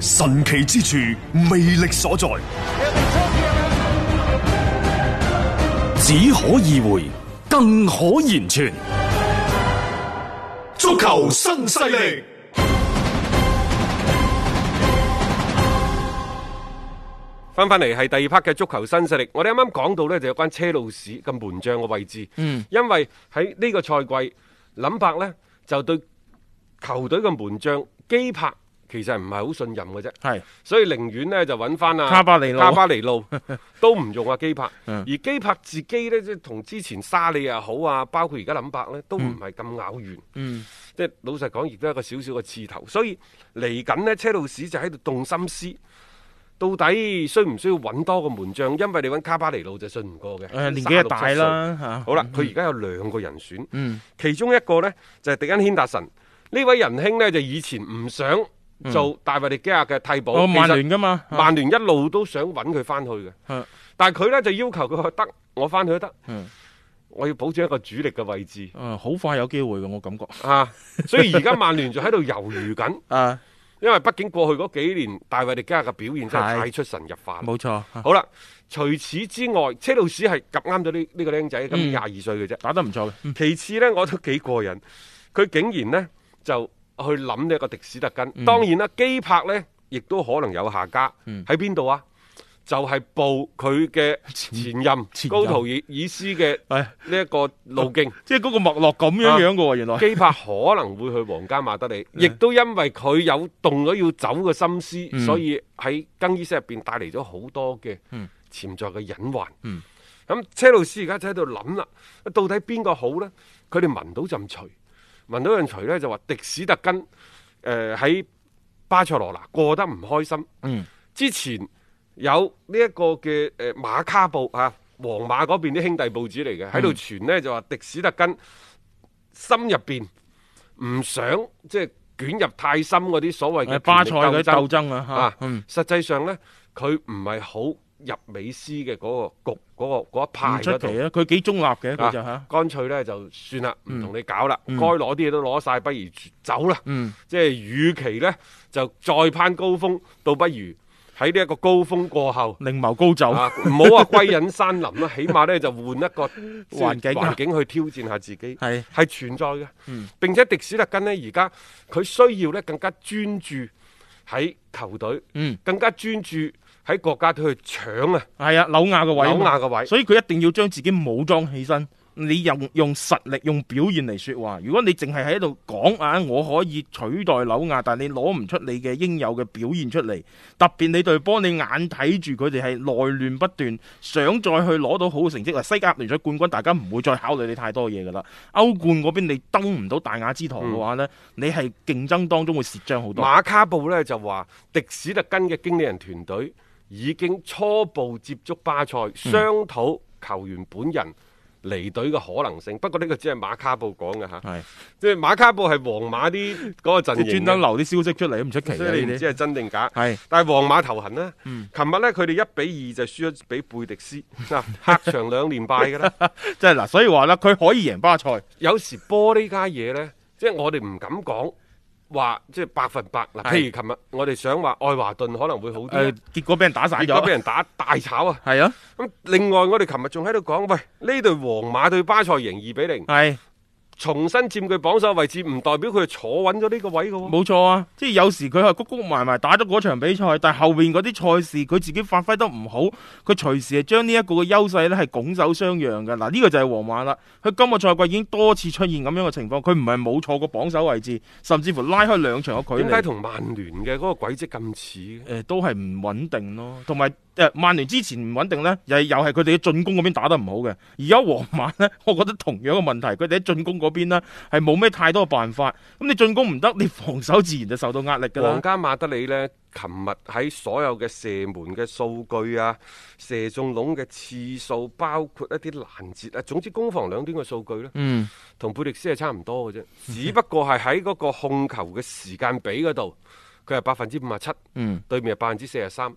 神奇之處，魅力所在，只可意會，更可言傳。足球新勢力。翻翻嚟係第二 part 嘅足球新勢力，我哋啱啱講到呢，就有關車路士嘅門將嘅位置，嗯、因為喺呢個賽季，林伯呢就對球隊嘅門將基柏其實唔係好信任嘅啫，係所以寧願呢就揾翻啊卡巴尼路嗯卡巴尼 路都唔用啊基柏，而基柏自己呢，即係同之前沙利又好啊，包括而家林伯呢，都嗯唔係咁咬完，即係老實講，亦都係一個少少嘅刺頭，所以嚟緊呢，車路士就喺度動心思。到底需唔需要揾多個門將？因為你揾卡巴尼路就信唔過嘅。誒哎年紀又大啦嗯36嚇好啦，佢而家有兩個人選，Ừ. 其中一個呢就係迪恩軒達臣呢位仁兄呢，就以前唔想做大衛迪基亞嘅替補，嗯哦其實曼聯㗎嘛嚇曼聯一路都想揾佢翻去嘅係，但係佢呢就要求佢話得，我翻去都得，啊我要保證一個主力嘅位置 誒好快有機會嘅，我感覺啊，所以而家曼聯就喺度猶豫緊。啊，因為畢竟過去嗰幾年大衛迪加嘅表現真係係太出神入化啦。冇錯嚇好啦，除此之外，車路士係夾啱咗呢呢個僆仔，嗯今年廿二歲嘅啫。打得唔錯嘅，嗯其次呢，我都幾過癮，佢竟然呢就去諗呢一個迪斯特根。嗯當然啦，基柏呢亦都可能有下家，喺邊度啊？就係報佢嘅前任 前任高圖爾爾斯嘅係呢一個路徑。即係嗰個脈絡咁樣樣嘅喎，原來基帕可能會去皇家馬德 里，亦都因為佢有動咗要走嘅心思，嗯所以喺更衣室入邊帶嚟咗好多嘅嗯潛在嘅隱患。咁、車路士而家就喺度諗啦，到底邊個好呢？佢哋聞到陣除，聞到陣除呢，就話迪史特根誒喺、巴塞羅那過得唔開心。嗯之前有呢一個嘅誒馬卡報啊，皇馬嗰邊啲兄弟報紙嗯嚟嘅，喺度傳呢，就話迪史特根。心入邊唔想即係捲入太深嗰啲所謂嘅誒巴塞權力嘅鬥鬥爭啊嚇啊，嗯實際上呢，佢唔係好入美斯嘅嗰個局嗰、個嗰一唔派出嗰奇度。啊，佢幾中立嘅佢啊就嗯嚇，乾脆呢就算啦，唔同你搞啦，該攞啲嘢都攞晒，不如走啦。即係與其呢，就再攀高峰，倒不如喺呢一個高峰過後。另謀高就啊，唔好話歸隱山林 啦，起碼咧就換一個即係環境啊環境去挑戰下自己，係嗯係存在嘅。並且迪斯特根呢，而家佢需要咧更加專注喺球隊，嗯更加專注喺國家隊去搶啊！係啊，紐亞嘅位啊嘛，紐亞嘅位所以佢一定要將自己武裝起身。你用用實力、用表現嚟說話。如果你淨係喺度講啊，我可以取代紐亞，但你攞唔出你嘅應有嘅表現出嚟。特別你隊波，你眼睇住佢哋係內亂不斷，想再去攞到好嘅成績。嗱，西甲聯賽冠軍，大家唔會再考慮你太多嘢噶啦。嗯歐冠嗰邊你登唔到大雅之堂嘅話呢，你係競爭當中會蝕張好多。馬卡布呢就話，迪斯特根嘅經理人團隊已經初步接觸巴嗯塞，商討球員本人離隊嘅可能性。不過呢個只係馬卡布講嘅嚇，係即係馬卡布係皇馬啲嗰個陣營即嘅專登留啲消息出嚟，唔出奇啊所以你唔呢知啲。嗯係真定假。係但係皇馬頭痕啦。琴日呢，佢哋一比二就輸咗俾貝迪斯，嗱客場兩連敗 㗎啦。即係嗱，所以話啦，佢可以贏巴塞。有時波呢家嘢呢，即係我哋唔敢講話，即係百分百嗱。譬如琴日我哋想話愛華頓可能會好啲誒、啊，結果俾人打散結果咗，俾人打大炒啊！係啊，咁另外我哋琴日仲喺度講，喂呢隊皇馬對巴塞贏二比零，係重新佔據榜首位置，唔代表佢係坐穩咗呢個位嘅喎。冇錯啊，即係有時佢係谷谷埋埋打咗嗰場比賽，但係後邊嗰啲賽事佢自己發揮得唔好，佢隨時係將呢一個嘅優勢呢係拱手相讓嘅。嗱，呢個就係皇馬啦。佢今個賽季已經多次出現咁樣嘅情況，佢唔係冇錯過榜首位置，甚至乎拉開兩場嘅距點解離。同曼聯嘅嗰個軌跡咁似嘅？誒、呃都係唔穩定咯，同埋誒曼聯之前唔穩定呢，又係又係佢哋嘅進攻嗰邊打得唔好嘅。而家皇馬呢，我覺得同樣嘅問題，佢哋喺進攻嗰邊呢係冇咩太多嘅辦法。咁你進攻唔得，你防守自然就受到壓力㗎啦皇。家馬德里呢，琴日喺所有嘅射門嘅數據啊、射中籠嘅次數，包括一啲攔截啊，總之攻防兩端嘅數據呢，嗯，同貝迪斯係差唔多 嘅啫，只不過係喺嗰個控球嘅時間比嗰度，佢係百分之五十七，嗯，對面係百分之四十三。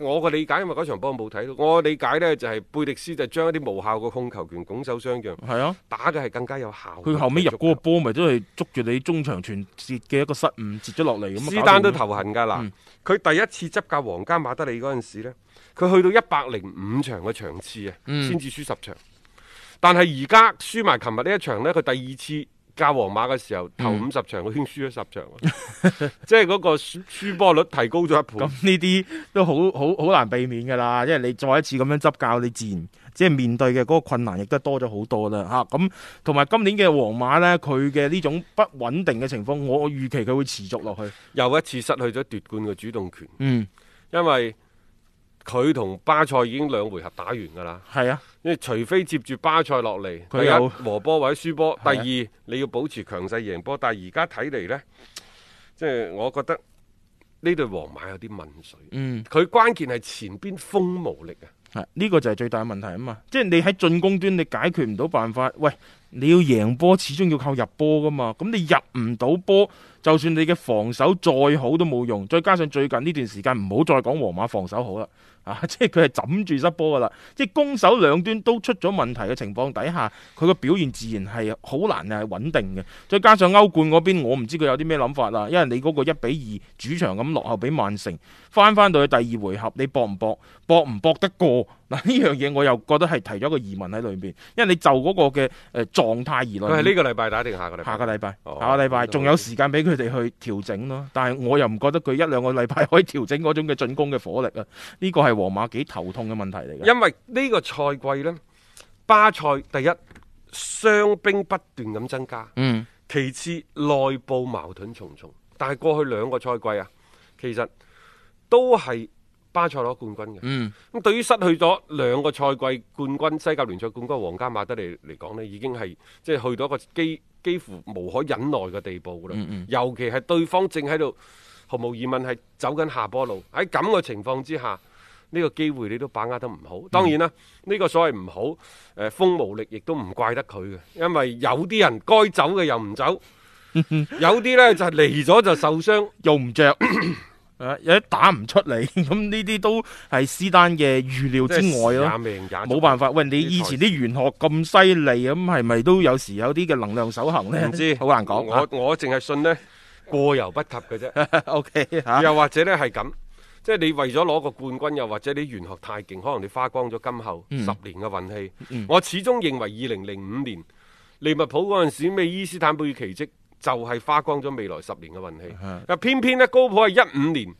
我嘅理解，因為嗰場波我冇睇到，我嘅理解呢，就係貝迪斯就將一啲無效嘅控球權拱手相讓，係啊。打嘅係更加有效。佢後尾入嗰個波，咪都係捉住你中場傳截嘅一個失誤，截咗落嚟咁啊。斯丹都搞到咁頭痕㗎嗱嗯，佢、第一次執教皇家馬德里嗰陣時咧，佢去到一百零五場嘅場次啊，嗯先至輸十場。但係而家輸埋琴日呢一場呢，佢第二次教皇馬嘅時候，頭五嗯十場佢已經輸咗十場啊， 即係嗰個輸輸波率提高咗一咁倍。呢啲都好好好難避免㗎啦，因為你再一次咁樣執教，你自然即係面對嘅嗰個困難亦都多咗好多啦嚇。咁同埋今年嘅皇馬呢，佢嘅呢種不穩定嘅情況，我預期佢會持續落去。又一次失去咗奪冠嘅主動權，嗯，因為佢同巴塞已經兩回合打完㗎啦。係啊，因為除非接住巴塞落嚟，佢第一有和波或者輸 波，第係啊二你要保持強勢贏波。但係而家睇嚟呢，即係我覺得呢隊皇馬有啲問水。嗯，佢關鍵係前邊風無力啊！係呢個就係最大嘅問題啊嘛。即係你喺進攻端你解決唔到辦法，喂，你要贏波始終要靠入波噶嘛。咁你入唔到波，就算你嘅防守再好都冇用。再加上最近呢段時間唔好再講皇馬防守好啦， 啊，即係佢係枕住失波噶啦。即係攻守兩端都出咗問題嘅情況底下，佢嘅表現自然係好難係穩定嘅。再加上歐冠嗰邊，我唔知佢有啲咩諗法啦，因為你嗰個一比二主場咁落後俾曼城，翻翻到去第二回合，你搏唔搏？搏唔搏得過？嗱呢樣嘢我又覺得係提咗一個疑問喺裏邊，因為你就嗰個嘅誒狀態而論，佢係呢個禮拜打定下個禮拜？嗯下個禮拜，哦下個禮拜仲有時間俾佢哋去調整咯。但係我又唔覺得佢一兩個禮拜可以調整嗰種嘅進攻嘅火力啊！呢個係皇馬幾頭痛嘅問題嚟嘅。因為呢個賽季呢，巴塞第一傷兵不斷咁增加，嗯，其次內部矛盾重重。但係過去兩個賽季啊，其實都係巴塞攞冠軍嘅。嗯，咁對於失去咗兩個賽季冠軍西甲聯賽冠軍皇家馬德里嚟講呢已經係即係去到一個幾幾乎無可忍耐嘅地步㗎嗯啦。尤其係對方正喺度毫無疑問係走緊下坡路，喺咁嘅情況之下。呢個機會你都把握得唔好，當然啦，呢、個所謂唔好，誒、風無力亦都唔怪得佢嘅，因為有啲人該走嘅又唔 走，有啲呢就係嚟咗就受傷，用唔着。 誒有啲打唔出嚟， 咁呢啲都係斯丹嘅預料之外即係咯也。命也冇辦法，喂！你啲以賽前啲玄學咁犀利，咁係咪都有時有啲嘅能量守恒咧？唔知 好難講。我我淨係信呢過猶不及嘅啫， O K 嚇，又或者呢係咁，即係你為咗攞個冠軍，又或者你玄學太勁，可能你花光咗今後嗯十年嘅運氣。我始終認為二零零五年利物浦嗰陣時咩伊斯坦布爾奇蹟，就係花光咗未來十年嘅運氣。啊但偏偏呢，高普係一五年，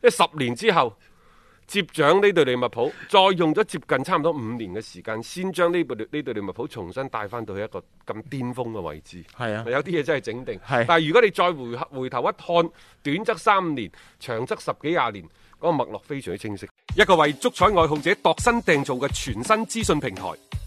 即係十年之後。接掌呢隊利物浦，再用咗接近差唔多五年嘅時間，先將呢部呢隊利物浦重新帶翻到去一個咁巔峰嘅位置。係啊。有啲嘢真係整定。係但係如果你再回合回頭一看，短則三五年，長則十幾廿年，嗰、個脈絡非常之清晰。一個為足彩愛好者度身訂造嘅全新資訊平台